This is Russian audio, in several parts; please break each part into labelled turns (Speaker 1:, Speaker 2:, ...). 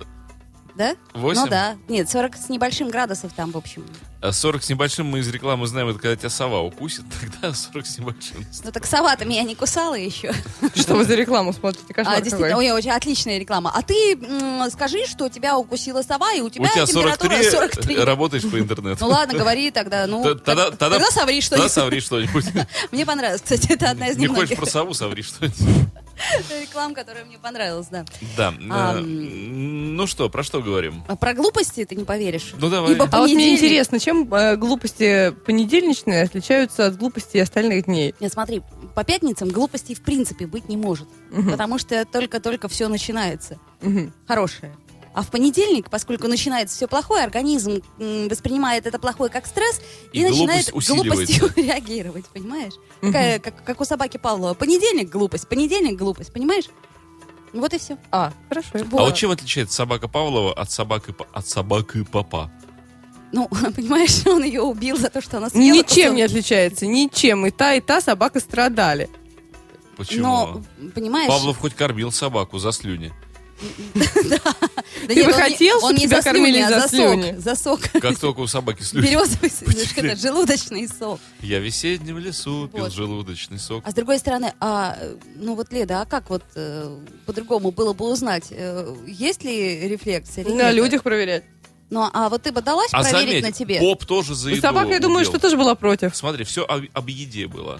Speaker 1: Да?
Speaker 2: Восемь?
Speaker 1: Ну да. Нет, 40 с небольшим градусов там, в общем.
Speaker 2: А 40 с небольшим мы из рекламы знаем, это когда тебя сова укусит, тогда 40 с небольшим.
Speaker 1: Ну так сова-то меня не кусала еще.
Speaker 3: Что вы за рекламу смотрите? Кошмар
Speaker 1: А, действительно,
Speaker 3: какой.
Speaker 1: ой, очень отличная реклама. А ты м, скажи, что тебя укусила сова, и у тебя,
Speaker 2: У тебя
Speaker 1: температура
Speaker 2: 43,
Speaker 1: 43.
Speaker 2: работаешь по интернету.
Speaker 1: Ну ладно, говори тогда. Ну,
Speaker 2: Т- Тогда,
Speaker 1: так- тогда соври
Speaker 2: Тогда
Speaker 1: что-нибудь.
Speaker 2: соври что-нибудь.
Speaker 1: Мне понравилось, кстати, это одна из
Speaker 2: Не хочешь
Speaker 1: немногих
Speaker 2: про сову, соври что-нибудь.
Speaker 1: реклам, которая мне понравилась, да.
Speaker 2: Да.
Speaker 1: А,
Speaker 2: э, Ну что, про что говорим?
Speaker 1: А Про глупости ты не поверишь.
Speaker 2: Ну давай.
Speaker 1: Ибо-
Speaker 3: А вот мне
Speaker 1: понедельник.
Speaker 3: интересно, чем э, глупости понедельничные отличаются от глупостей остальных дней?
Speaker 1: Нет, смотри, по пятницам глупостей в принципе быть не может, потому что только-только все начинается
Speaker 3: Мгм.
Speaker 1: хорошее. А в понедельник, поскольку начинается все плохое, организм м, воспринимает это плохое как стресс и,
Speaker 2: И
Speaker 1: начинает
Speaker 2: глупость
Speaker 1: глупостью реагировать, понимаешь? Такая, Как, как у собаки Павлова. Понедельник глупость, понедельник глупость, понимаешь? Ну, Вот и все.
Speaker 3: А, хорошо.
Speaker 2: А вот чем отличается собака Павлова от собак и, па- от собак и папа?
Speaker 1: Ну, понимаешь, он ее убил за то, что она съела.
Speaker 3: Ничем
Speaker 1: кусок.
Speaker 3: не отличается, ничем. И та, и та собака страдали.
Speaker 2: Почему?
Speaker 1: Но, понимаешь...
Speaker 2: Павлов хоть кормил собаку за слюни.
Speaker 1: Да
Speaker 3: Ты бы
Speaker 1: он не-
Speaker 3: хотел,
Speaker 1: он
Speaker 3: чтоб
Speaker 1: не
Speaker 3: тебя
Speaker 1: за
Speaker 3: кормили
Speaker 1: слюни, а
Speaker 3: за
Speaker 1: за
Speaker 3: слюни?
Speaker 1: сок. За сок.
Speaker 2: Как только у собаки слюни.
Speaker 1: Березовый,
Speaker 2: Почему?
Speaker 1: это желудочный сок.
Speaker 2: Я в весеннем лесу пил
Speaker 1: Вот.
Speaker 2: желудочный сок.
Speaker 1: А с другой стороны, а, э, ну вот, Леда, а как вот э, по-другому было бы узнать, э, есть ли рефлекс или
Speaker 3: На
Speaker 1: нет?
Speaker 3: людях проверять.
Speaker 1: Ну, а вот ты бы далась
Speaker 2: А
Speaker 1: проверить
Speaker 2: заметь,
Speaker 1: на тебе?
Speaker 2: поп тоже за
Speaker 3: И
Speaker 2: еду
Speaker 3: собака, я думаю,
Speaker 2: убил.
Speaker 3: что тоже была против.
Speaker 2: Смотри, все об, об еде было.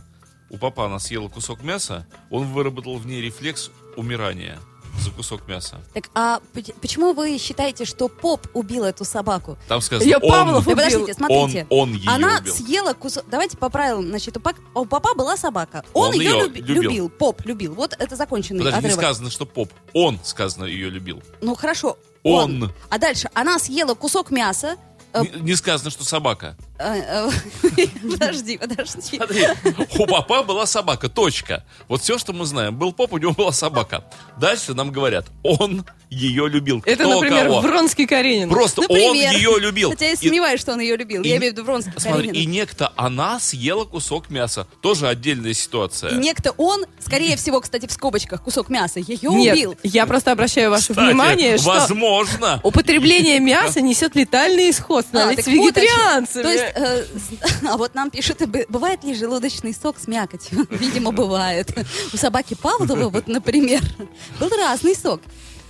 Speaker 2: У папа она съела кусок мяса, он выработал в ней рефлекс умирания за кусок мяса.
Speaker 1: Так, а поч- почему вы считаете, что Поп убил эту собаку?
Speaker 2: Там сказано,
Speaker 3: Я
Speaker 2: он,
Speaker 3: Павлов
Speaker 1: Да подождите, смотрите.
Speaker 2: он, он ее
Speaker 1: Она
Speaker 2: убил.
Speaker 1: съела кусок... Давайте по правилам. Значит, у, пак- у папа была собака. Он,
Speaker 2: Он
Speaker 1: ее,
Speaker 2: её
Speaker 1: люби-
Speaker 2: любил.
Speaker 1: любил. Поп любил. Вот это законченный
Speaker 2: Подожди, не
Speaker 1: отрывок.
Speaker 2: сказано, что поп. Он, сказано, ее любил.
Speaker 1: Ну хорошо.
Speaker 2: Он.
Speaker 1: А дальше она съела кусок мяса. Э,
Speaker 2: Не, не сказано, что собака.
Speaker 1: э, э, Подожди, подожди.
Speaker 2: Смотри, у папа была собака, точка. Вот все, что мы знаем. Был поп, у него была собака. Дальше нам говорят, он ее любил.
Speaker 3: Это,
Speaker 2: Кто
Speaker 3: например,
Speaker 2: кого?
Speaker 3: Вронский Каренин.
Speaker 2: Просто
Speaker 1: Например.
Speaker 2: он ее любил.
Speaker 1: Хотя я
Speaker 2: И-
Speaker 1: сомневаюсь, что он ее любил.
Speaker 2: и
Speaker 1: я
Speaker 2: не-
Speaker 1: имею в виду Вронского
Speaker 2: Смотри,
Speaker 1: Каренина.
Speaker 2: и некто она съела кусок мяса. Тоже отдельная ситуация.
Speaker 1: И некто он, скорее всего, кстати, в скобочках, кусок мяса, ее убил.
Speaker 3: Нет, я просто обращаю ваше
Speaker 2: Кстати,
Speaker 3: внимание, что
Speaker 2: возможно.
Speaker 3: употребление мяса несет летальный
Speaker 1: А,
Speaker 3: исход. Становитесь
Speaker 1: так вот о чём.
Speaker 3: вегетарианцами.
Speaker 1: То есть, э, с- а вот нам пишут, и бы- бывает ли желудочный сок с мякотью? Видимо, бывает. У собаки Павлова, вот, например, был разный сок.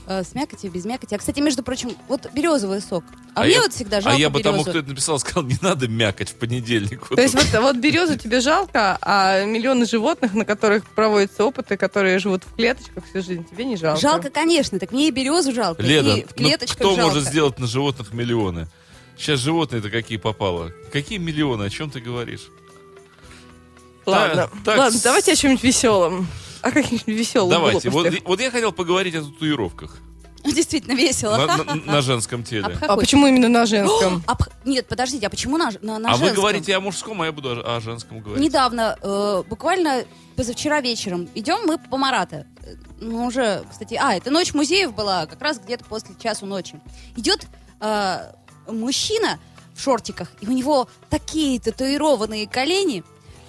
Speaker 1: Э, С мякотью, без мякоти. А, кстати, между прочим, вот березовый сок. А, мне
Speaker 2: я-
Speaker 1: вот всегда
Speaker 2: А
Speaker 1: жалко
Speaker 2: я бы тому,
Speaker 1: берёзу.
Speaker 2: кто это написал, сказал, не надо мякать в понедельник.
Speaker 3: То есть вот, вот березу тебе жалко, а миллионы животных, на которых проводятся опыты, которые живут в клеточках всю жизнь, тебе не жалко.
Speaker 1: Жалко, конечно. Так мне и березу жалко,
Speaker 2: Леда,
Speaker 1: и в
Speaker 2: ну
Speaker 1: клеточках
Speaker 2: кто
Speaker 1: жалко.
Speaker 2: может сделать на животных миллионы? Сейчас животные-то какие попало? Какие миллионы? О чем ты говоришь?
Speaker 3: Ладно,
Speaker 2: Так, так,
Speaker 3: ладно,
Speaker 2: с-
Speaker 3: давайте о чем-нибудь веселом. О каких-нибудь веселых
Speaker 2: Давайте. Вот,
Speaker 3: глупостях.
Speaker 2: вот я хотел поговорить о татуировках
Speaker 1: Действительно весело.
Speaker 2: на, на-
Speaker 1: Ха-ха-ха.
Speaker 2: на женском
Speaker 1: Об
Speaker 2: теле.
Speaker 3: А
Speaker 1: какой?
Speaker 3: почему именно на женском?
Speaker 1: О, об- Нет, подождите, а почему на, ж- на, на
Speaker 2: А вы
Speaker 1: женском?
Speaker 2: говорите о мужском, а я буду о, о женском говорить.
Speaker 1: Недавно, э, буквально позавчера вечером, идем мы по Марата. Э, Ну, уже, кстати, а, это ночь музеев была, как раз где-то после часу ночи. Идет э, мужчина в шортиках, и у него такие татуированные колени.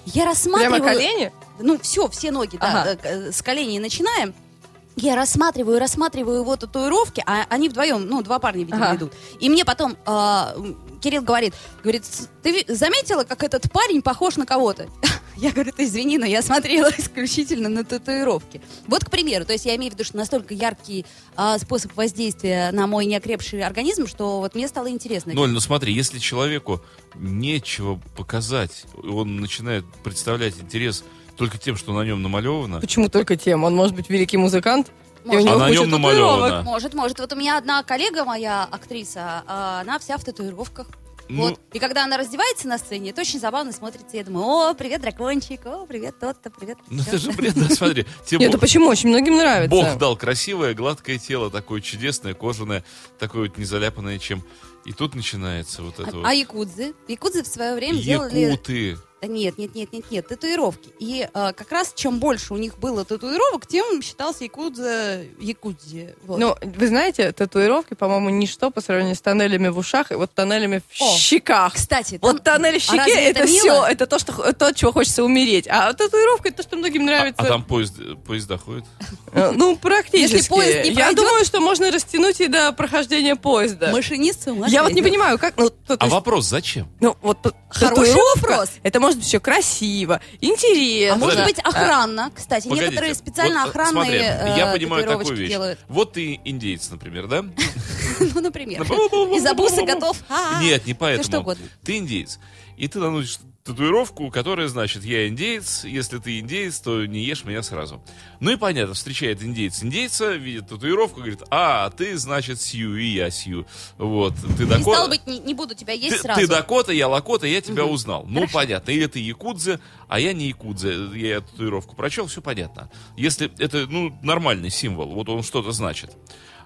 Speaker 1: Я
Speaker 3: Прямо
Speaker 1: рассматриваю...
Speaker 3: колени?
Speaker 1: ну, все, все ноги, да,
Speaker 3: Ага.
Speaker 1: э, э, с коленей начинаем. Я рассматриваю, рассматриваю его татуировки, а они вдвоем, ну, два парня, видимо,
Speaker 3: Ага.
Speaker 1: идут. И мне потом а, м, Кирилл говорит, говорит, «С- ты ви- заметила, как этот парень похож на кого-то? Я говорю, ты извини, но я смотрела исключительно на татуировки. Вот, к примеру, то есть я имею в виду, что настолько яркий а, способ воздействия на мой неокрепший организм, что вот мне стало интересно.
Speaker 2: Ноль, ну смотри, если человеку нечего показать, он начинает представлять интерес только тем, что на нем намалевано.
Speaker 3: Почему только тем? Он может быть великий музыкант, и у
Speaker 1: Может.
Speaker 3: него
Speaker 2: А на
Speaker 3: куча
Speaker 2: нем намалевано.
Speaker 3: татуировок.
Speaker 1: Может, может. Вот у меня одна коллега моя, актриса, а, она вся в татуировках.
Speaker 2: Ну.
Speaker 1: Вот. И когда она раздевается на сцене, это очень забавно смотрится. Я думаю, о, привет, дракончик, о, привет, тот-то, привет.
Speaker 2: Ну это
Speaker 1: всё».
Speaker 2: же бред, да, смотри. Тебе
Speaker 3: Нет,
Speaker 2: Бог-
Speaker 3: а почему? Очень многим нравится.
Speaker 2: Бог дал красивое, гладкое тело, такое чудесное, кожаное, такое вот незаляпанное чем. И тут начинается вот это
Speaker 1: А, а
Speaker 2: вот.
Speaker 1: якудзы? Якудзы в свое время делали...
Speaker 2: Якуты. А,
Speaker 1: Да Нет, нет, нет, нет, нет, татуировки. И э, как раз чем больше у них было татуировок, тем считался якудза якудзи. Вот.
Speaker 3: Ну, вы знаете, татуировки, по-моему, ничто по сравнению с тоннелями в ушах и вот тоннелями в
Speaker 1: О,
Speaker 3: щеках.
Speaker 1: кстати, там-
Speaker 3: Вот тоннель в
Speaker 1: а
Speaker 3: щеке
Speaker 1: разве
Speaker 3: это,
Speaker 1: это мило?
Speaker 3: все, это то, что х- то, от чего хочется умереть. А татуировка это то, что многим
Speaker 2: А,
Speaker 3: нравится.
Speaker 2: а там поезд, поезда ходят?
Speaker 3: Э, Ну, практически.
Speaker 1: Если поезд не
Speaker 3: Я
Speaker 1: пройдет-
Speaker 3: думаю, что можно растянуть и до прохождения поезда.
Speaker 1: Машинист с ума
Speaker 3: Я вот не
Speaker 1: сойдет.
Speaker 3: понимаю, как. Ну, то- то
Speaker 2: А
Speaker 3: есть,
Speaker 2: вопрос зачем?
Speaker 3: ну, вот т-
Speaker 1: Хороший
Speaker 3: татуировка,
Speaker 1: вопрос.
Speaker 3: Это может быть все красиво,
Speaker 1: А
Speaker 3: интересно.
Speaker 1: может
Speaker 2: Подожди.
Speaker 1: быть охранно, кстати.
Speaker 2: Погодите.
Speaker 1: Некоторые специально
Speaker 2: Вот, э,
Speaker 1: охранные
Speaker 2: смотри, я
Speaker 1: э,
Speaker 2: понимаю
Speaker 1: татуировочки
Speaker 2: такую вещь.
Speaker 1: делают.
Speaker 2: Вот ты индейец, например, да?
Speaker 1: Ну, например. Из обуса готов. А,
Speaker 2: Нет, не
Speaker 1: всё что
Speaker 2: поэтому.
Speaker 1: угодно.
Speaker 2: Ты индейец. И ты наносишь татуировку, которая значит, я индеец, если ты индеец, то не ешь меня сразу. Ну и понятно, встречает индеец индейца, видит татуировку, говорит, а, ты, значит, сью, и я сью. Вот, ты
Speaker 1: И стало
Speaker 2: Дакота,
Speaker 1: быть, не, не буду тебя есть
Speaker 2: ты,
Speaker 1: сразу.
Speaker 2: ты Дакота, я Лакота, я тебя узнал. Ну,
Speaker 1: Хорошо.
Speaker 2: понятно. Или ты якудзе, а я не якудзе. Я татуировку прочел, все понятно. Если это, ну, нормальный символ, вот он что-то значит.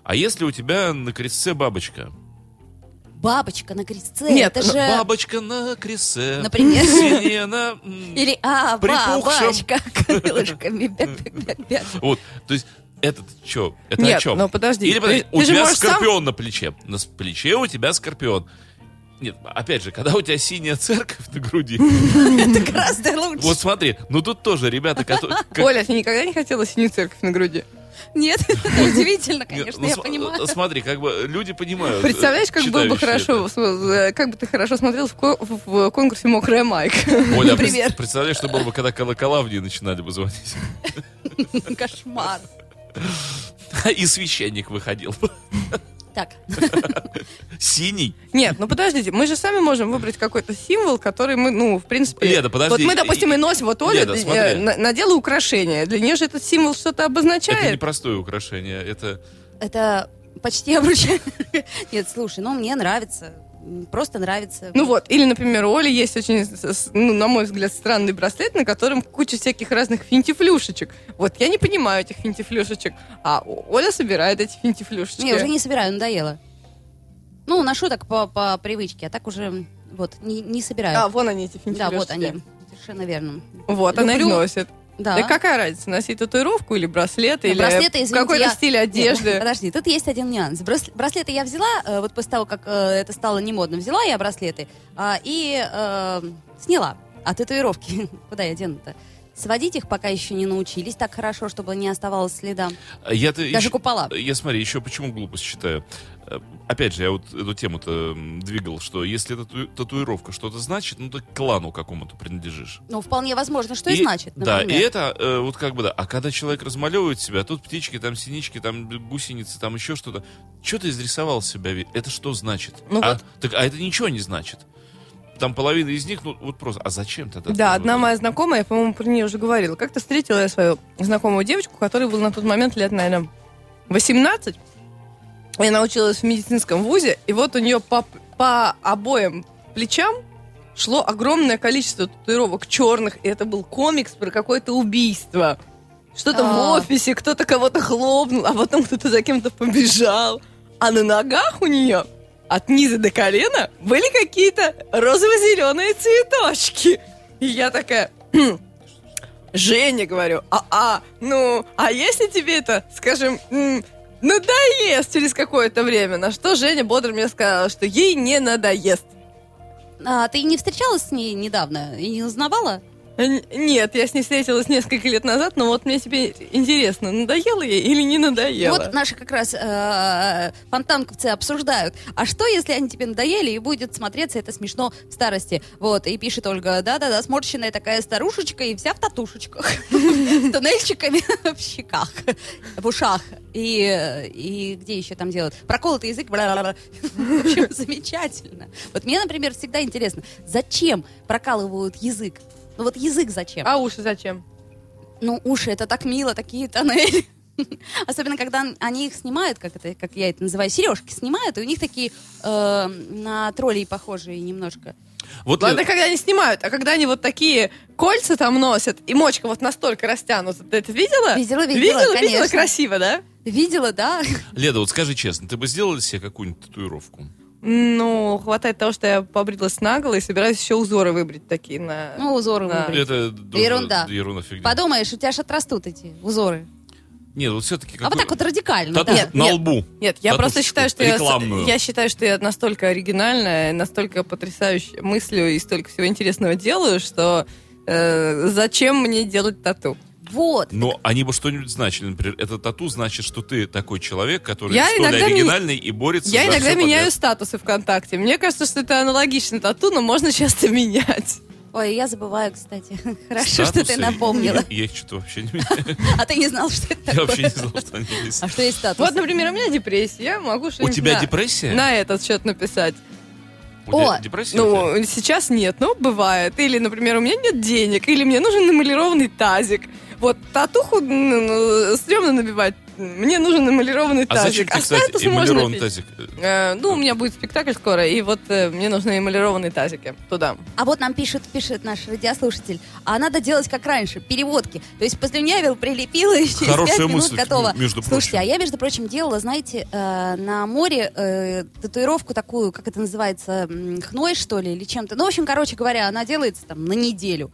Speaker 2: А если у тебя на крестце бабочка?
Speaker 1: Бабочка на крестце.
Speaker 3: Нет,
Speaker 1: это
Speaker 3: ну,
Speaker 1: же...
Speaker 2: Бабочка на крестце.
Speaker 1: Э, Например.
Speaker 2: Синяя на- м.
Speaker 1: Или, а,
Speaker 2: Припухшим.
Speaker 1: бабочка, крылышками. Бяк, бяк, бяк, бяк.
Speaker 2: Вот, то есть это что? Это
Speaker 3: Нет,
Speaker 2: о чем?
Speaker 3: ну, подожди,
Speaker 2: Или
Speaker 3: ты-
Speaker 2: подожди,
Speaker 3: ты
Speaker 2: у
Speaker 3: же
Speaker 2: тебя
Speaker 3: можешь сам-
Speaker 2: скорпион на плече. На с- плече у тебя скорпион. Нет, опять же, когда у тебя синяя церковь на груди.
Speaker 1: Это гораздо лучше.
Speaker 2: Вот смотри, ну тут тоже ребята, которые... как-
Speaker 3: Оля, ты никогда не хотела синюю церковь на груди?
Speaker 1: Нет, это удивительно, конечно,
Speaker 2: Ну,
Speaker 1: я
Speaker 2: см-
Speaker 1: понимаю.
Speaker 2: Смотри, как бы люди понимают.
Speaker 3: Представляешь, как было бы
Speaker 2: читающие
Speaker 3: хорошо, см- э, как бы ты хорошо смотрелась в, ко- в- в конкурсе «Мокрая майка».
Speaker 2: это. Оля, а
Speaker 1: Например.
Speaker 2: пред- представляешь, что было бы, когда колокола в ней начинали бы звонить.
Speaker 1: Кошмар.
Speaker 2: И священник выходил.
Speaker 1: Так,
Speaker 2: Синий.
Speaker 3: Нет, ну подождите, мы же сами можем выбрать какой-то символ, который мы, ну, в принципе...
Speaker 2: Леда, подожди.
Speaker 3: Вот мы, допустим, и носим, вот Оля
Speaker 2: Леда,
Speaker 3: э,
Speaker 2: смотри.
Speaker 3: на- надела украшение. Для нее же этот символ
Speaker 2: Это
Speaker 3: что-то обозначает.
Speaker 2: непростое украшение. Это
Speaker 1: это почти обручение. Нет, слушай, ну мне нравится. М, Просто нравится.
Speaker 3: Ну вот, или, например, у Оли есть очень, с- с- ну, на мой взгляд, странный браслет, на котором куча всяких разных финтифлюшечек. Вот, я не понимаю этих финтифлюшечек, а О- Оля собирает эти финтифлюшечки.
Speaker 1: Не, уже не собираю, надоело. Ну, ношу так по, по привычке, а так уже м, вот, не, не собираю.
Speaker 3: А, вон они, эти финтифлюшечки.
Speaker 1: да, вот они. Совершенно верно.
Speaker 3: Вот, она их
Speaker 1: Люблю.
Speaker 3: носит.
Speaker 1: Да.
Speaker 3: Да какая разница, носить татуировку или браслет,
Speaker 1: Ну,
Speaker 3: или
Speaker 1: браслеты, извините,
Speaker 3: какой-то
Speaker 1: я-
Speaker 3: стиль одежды.
Speaker 1: Нет, подожди, тут есть один нюанс. Брас- Браслеты я взяла, э, вот после того, как э, это стало немодно, взяла я браслеты а, и э, сняла. А татуировки, куда я дену-то? Сводить их пока еще не научились так хорошо, чтобы не оставалось следа.
Speaker 2: Я
Speaker 1: Даже купола.
Speaker 2: Я смотри, еще почему глупость считаю. Э, Опять же, я вот эту тему-то м, двигал, что если тату- татуировка что-то значит, ну ты к клану какому-то принадлежишь.
Speaker 1: Ну, вполне возможно, что и,
Speaker 2: И-
Speaker 1: значит,
Speaker 2: Да,
Speaker 1: например.
Speaker 2: и это э, вот как бы да. А когда человек размалевывает себя, тут птички, там синички, там гусеницы, там еще что-то. Что ты изрисовал себя? Ви- Это что значит?
Speaker 3: Ну
Speaker 2: а,
Speaker 3: вот.
Speaker 2: так, а это ничего не значит. Там половина из них, ну вот просто, а зачем тогда?
Speaker 3: Да, одна
Speaker 2: татуировка?
Speaker 3: моя знакомая, я, по-моему, про нее уже говорила. Как-то встретила я свою знакомую девочку, которой было на тот момент лет, наверное, 18. И она училась в медицинском вузе, и вот у нее по, по обоим плечам шло огромное количество татуировок черных, и это был комикс про какое-то убийство. Что-то в
Speaker 1: А.
Speaker 3: офисе, кто-то кого-то хлопнул, а потом кто-то за кем-то побежал. А на ногах у нее от низа до колена были какие-то розово-зеленые цветочки. И я такая, «Хм, Женя, говорю, а, а, ну, а если тебе это, скажем, м, надоест через какое-то время? На что Женя бодро мне сказала, что ей не надоест.
Speaker 1: А, ты не встречалась с ней недавно и не узнавала?
Speaker 3: Н- Нет, я с ней встретилась несколько лет назад, но вот мне теперь интересно, надоело ей или не надоело?
Speaker 1: Вот наши как раз э, фонтанковцы обсуждают. А что, если они тебе надоели и будет смотреться это смешно в старости? Вот, и пишет Ольга, да-да-да, сморщенная такая старушечка и вся в татушечках. С туннельчиками в щеках, в ушах. И, э, и где еще там делают? Проколотый язык. бла-бла-бла. В общем, замечательно. Вот мне, например, всегда интересно, зачем прокалывают язык? Ну вот язык зачем?
Speaker 3: А уши зачем?
Speaker 1: Ну, уши, это так мило, такие тоннели. Особенно, когда они их снимают, как, это, как я это называю, сережки снимают, и у них такие э, на троллей похожие немножко.
Speaker 2: Вот
Speaker 3: Ладно,
Speaker 2: я-
Speaker 3: когда они снимают, а когда они вот такие кольца там носят, и мочка вот настолько растянута, ты это видела?
Speaker 1: Видела, видела,
Speaker 3: Видела, видела,
Speaker 1: конечно.
Speaker 3: красиво, да?
Speaker 1: Видела, да?
Speaker 2: Леда, вот скажи честно, ты бы сделала себе какую-нибудь татуировку?
Speaker 3: Ну, хватает того, что я побрилась наголо и собираюсь еще узоры выбрать такие на...
Speaker 1: Ну, узоры
Speaker 3: Да.
Speaker 1: выбрали.
Speaker 2: Это тоже
Speaker 1: Ерунда.
Speaker 2: Ерунда фигня.
Speaker 1: Подумаешь, у тебя же отрастут эти узоры.
Speaker 2: Нет, вот все-таки
Speaker 1: А вот так вот радикально,
Speaker 2: Тату
Speaker 1: да.
Speaker 3: Нет,
Speaker 2: на
Speaker 3: нет.
Speaker 2: лбу.
Speaker 3: Нет, я просто
Speaker 2: Татушечку.
Speaker 3: считаю, что я,
Speaker 2: Рекламную.
Speaker 3: я считаю, что я настолько оригинальная, настолько потрясающе мыслю и столько всего интересного делаю, что э, зачем мне делать тату?
Speaker 1: Вот.
Speaker 2: Но они бы что-нибудь значили. Например, это тату значит, что ты такой человек, который
Speaker 3: Я
Speaker 2: столь
Speaker 3: иногда
Speaker 2: оригинальный и борется
Speaker 3: Я
Speaker 2: за
Speaker 3: иногда
Speaker 2: всё
Speaker 3: меняю
Speaker 2: подряд.
Speaker 3: статусы ВКонтакте. Мне кажется, что это аналогично тату, но можно часто менять.
Speaker 1: Ой, я забываю, кстати. Хорошо, что
Speaker 2: Статусы.
Speaker 1: ты напомнила.
Speaker 2: Я, я их что-то вообще не меняю.
Speaker 1: А ты не знал, что это
Speaker 2: Я
Speaker 1: такое.
Speaker 2: вообще не знал, что они есть.
Speaker 1: А что есть статус?
Speaker 3: Вот, например, у меня депрессия, я могу
Speaker 2: У
Speaker 3: что-нибудь
Speaker 2: тебя
Speaker 3: на-
Speaker 2: депрессия?
Speaker 3: На этот счет написать.
Speaker 2: У тебя
Speaker 1: О,
Speaker 2: депрессия? у тебя?
Speaker 3: Ну, сейчас нет, но бывает. Или, например, у меня нет денег, или мне нужен намалированный тазик. Вот татуху ну, ну, стрёмно набивать. Мне нужен намалированный
Speaker 2: А зачем
Speaker 3: тазик.
Speaker 2: тебе, кстати, эмалированный тазик?
Speaker 3: Э, ну, у меня будет спектакль скоро, и вот э, мне нужны эмалированные тазики туда.
Speaker 1: А вот нам пишет, пишет наш радиослушатель, а надо делать как раньше, переводки. То есть послюнявил, прилепила и через
Speaker 2: Хорошая
Speaker 1: 5 минут
Speaker 2: мысль,
Speaker 1: готово.
Speaker 2: м- между
Speaker 1: Слушайте,
Speaker 2: прочим.
Speaker 1: а я, между прочим, делала, знаете, э, на море э, татуировку такую, как это называется, м, хной, что ли, или чем-то. Ну, в общем, короче говоря, она делается там на неделю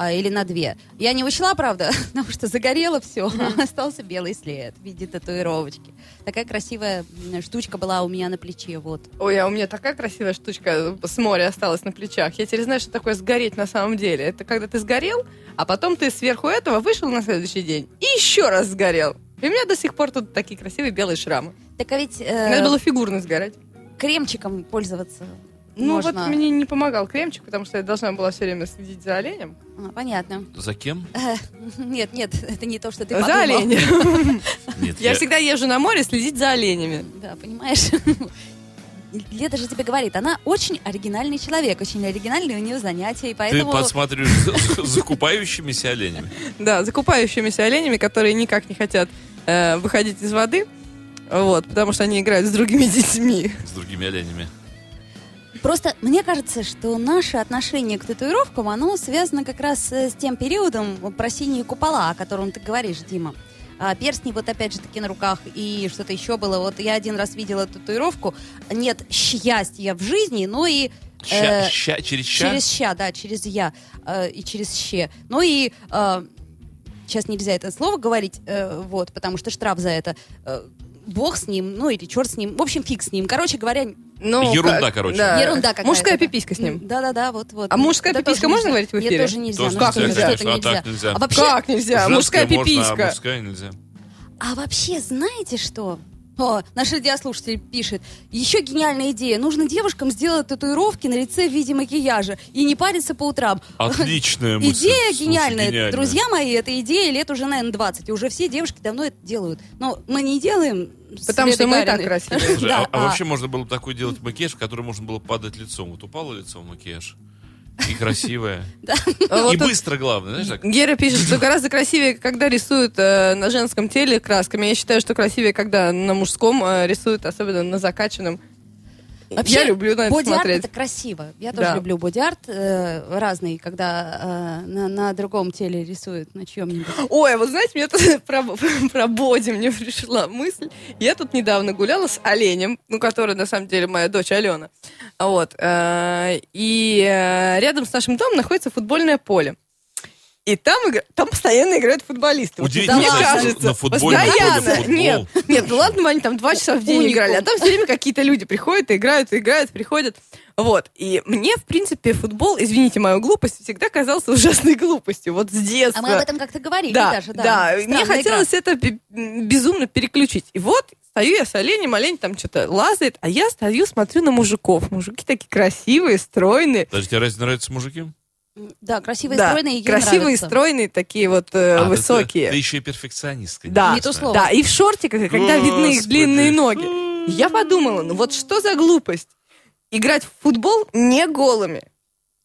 Speaker 1: а, или на две. Я не учла, правда, потому что загорело все, а остался белый след в виде татуировочки. Такая красивая м, штучка была у меня на плече, вот.
Speaker 3: Ой, а у меня такая красивая штучка с моря осталась на плечах. Я теперь знаю, что такое сгореть на самом деле. Это когда ты сгорел, а потом ты сверху этого вышел на следующий день и еще раз сгорел. И у меня до сих пор тут такие красивые белые шрамы.
Speaker 1: Так а ведь э,
Speaker 3: Надо было фигурно сгорать.
Speaker 1: кремчиком пользоваться
Speaker 3: Ну
Speaker 1: можно.
Speaker 3: вот мне не помогал кремчик, потому что я должна была все время следить за оленем.
Speaker 1: А, понятно.
Speaker 2: За кем?
Speaker 1: Нет, нет, это не то, что ты
Speaker 3: за
Speaker 1: подумал.
Speaker 3: оленем.
Speaker 2: Нет,
Speaker 3: Я всегда езжу на море следить за оленями.
Speaker 1: Да, понимаешь? Лето же тебе говорит, она очень оригинальный человек, очень оригинальные у нее занятия, и
Speaker 2: Ты
Speaker 1: поэтому...
Speaker 2: подсматриваешь за- за закупающимися оленями.
Speaker 3: Да, за купающимися оленями, которые никак не хотят э, выходить из воды. Вот, потому что они играют с другими детьми.
Speaker 2: С другими оленями.
Speaker 1: Просто мне кажется, что наше отношение к татуировкам, оно связано как раз э, с тем периодом про синие купола, о котором ты говоришь, Дима. А, перстни вот опять же таки на руках и что-то еще было. Вот я один раз видела татуировку. Нет счастья в жизни, но и...
Speaker 2: Ща,
Speaker 1: э,
Speaker 2: ща- через ща?
Speaker 1: Через ща, да, через я э, и через ще. Ну и э, сейчас нельзя это слово говорить, э, вот, потому что штраф за это. Э, бог с ним, ну или черт с ним, в общем, фиг с ним. Короче говоря,
Speaker 3: Ну,
Speaker 2: Ерунда,
Speaker 3: как-
Speaker 2: короче.
Speaker 3: да.
Speaker 1: ерунда какая-то. да.
Speaker 3: Мужская пиписька с ним.
Speaker 1: Да-да-да, вот-вот.
Speaker 3: А мужская
Speaker 1: Это
Speaker 3: пиписька
Speaker 1: тоже
Speaker 3: можно
Speaker 1: нельзя.
Speaker 3: говорить в эфире?
Speaker 1: Нет, тоже нельзя.
Speaker 2: Тоже
Speaker 1: ну,
Speaker 3: нельзя,
Speaker 1: что-то
Speaker 2: конечно, а
Speaker 1: нельзя.
Speaker 2: так нельзя.
Speaker 1: А вообще,
Speaker 3: Как нельзя?
Speaker 2: Женская
Speaker 3: Мужская
Speaker 2: можно, а
Speaker 3: пиписька.
Speaker 2: мужская нельзя.
Speaker 1: а вообще, знаете что? О, наш радиослушатель пишет. Еще гениальная идея. Нужно девушкам сделать татуировки на лице в виде макияжа и не париться по утрам.
Speaker 2: Отличная мысль.
Speaker 1: Идея
Speaker 2: Слушай,
Speaker 1: гениальная.
Speaker 2: гениально.
Speaker 1: Друзья мои, эта идея лет уже, наверное, 20. И уже все девушки давно это делают. Но мы не делаем. с
Speaker 3: Потому что
Speaker 1: Ледой
Speaker 3: мы и так
Speaker 1: Гариной.
Speaker 3: красивые.
Speaker 2: Слушай,
Speaker 1: Да,
Speaker 2: а, а
Speaker 1: а-
Speaker 2: вообще можно было бы такой делать макияж, в который можно было падать лицом. Вот упало лицо в макияж. И красивое.
Speaker 3: А вот
Speaker 2: И
Speaker 3: тут
Speaker 2: быстро, главное, знаешь, так.
Speaker 3: Гера пишет, что гораздо красивее, когда рисуют э, на женском теле красками. Я считаю, что красивее, когда на мужском э, рисуют, особенно на закачанном.
Speaker 1: Вообще,
Speaker 3: я люблю на это
Speaker 1: боди-арт
Speaker 3: смотреть.
Speaker 1: это красиво. Я
Speaker 3: Да.
Speaker 1: тоже люблю боди-арт э, разный, когда э, на, на другом теле рисуют, на чьем-нибудь.
Speaker 3: Ой, вот знаете, мне тут про, про боди мне пришла мысль. Я тут недавно гуляла с оленем, ну, который на самом деле моя дочь Алена. Вот. э, И э, рядом с нашим домом находится футбольное поле. И там, игра- там постоянно играют футболисты. Вот
Speaker 2: Удивительно,
Speaker 3: мне
Speaker 1: что
Speaker 3: кажется,
Speaker 2: на футбольном поле
Speaker 3: постоянно.
Speaker 2: футбол.
Speaker 3: Нет, нет, ну ладно, они там два часа в день
Speaker 1: Уникум.
Speaker 3: играли, а там все время какие-то люди приходят, играют, играют, приходят. Вот. И мне, в принципе, футбол, извините мою глупость, всегда казался ужасной глупостью. Вот с детства.
Speaker 1: А мы об этом как-то говорили
Speaker 3: Да,
Speaker 1: даже, да.
Speaker 3: да. Мне
Speaker 1: Странная
Speaker 3: хотелось это бе- м, безумно переключить. И вот стою я с оленем, олень там что-то лазает, а я стою, смотрю на мужиков. Мужики такие красивые, стройные.
Speaker 2: Даже тебе а разве нравятся мужики?
Speaker 1: игра. Да, красивые,
Speaker 3: Да,
Speaker 1: стройные, ей
Speaker 3: красивые,
Speaker 1: нравится.
Speaker 3: стройные, такие вот э,
Speaker 2: А, ты-
Speaker 3: высокие.
Speaker 2: Ты, ты еще и перфекционистка.
Speaker 3: Да.
Speaker 1: Не то слово.
Speaker 3: Да, и в шортиках, и когда видны их
Speaker 2: Господи.
Speaker 3: длинные ноги. Я подумала, ну вот что за глупость? Играть в футбол не голыми.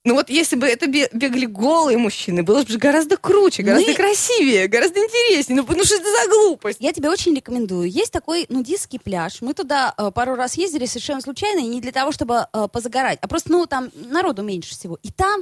Speaker 3: Ну вот если бы это бе- бегали голые мужчины, было бы гораздо круче, гораздо
Speaker 1: Мы-
Speaker 3: красивее, гораздо интереснее. Ну потому что это за глупость.
Speaker 1: Я тебе очень рекомендую. Есть такой нудистский пляж. Мы туда э, пару раз ездили совершенно случайно, и не для того, чтобы э, позагорать, а просто, ну, там народу меньше всего. И там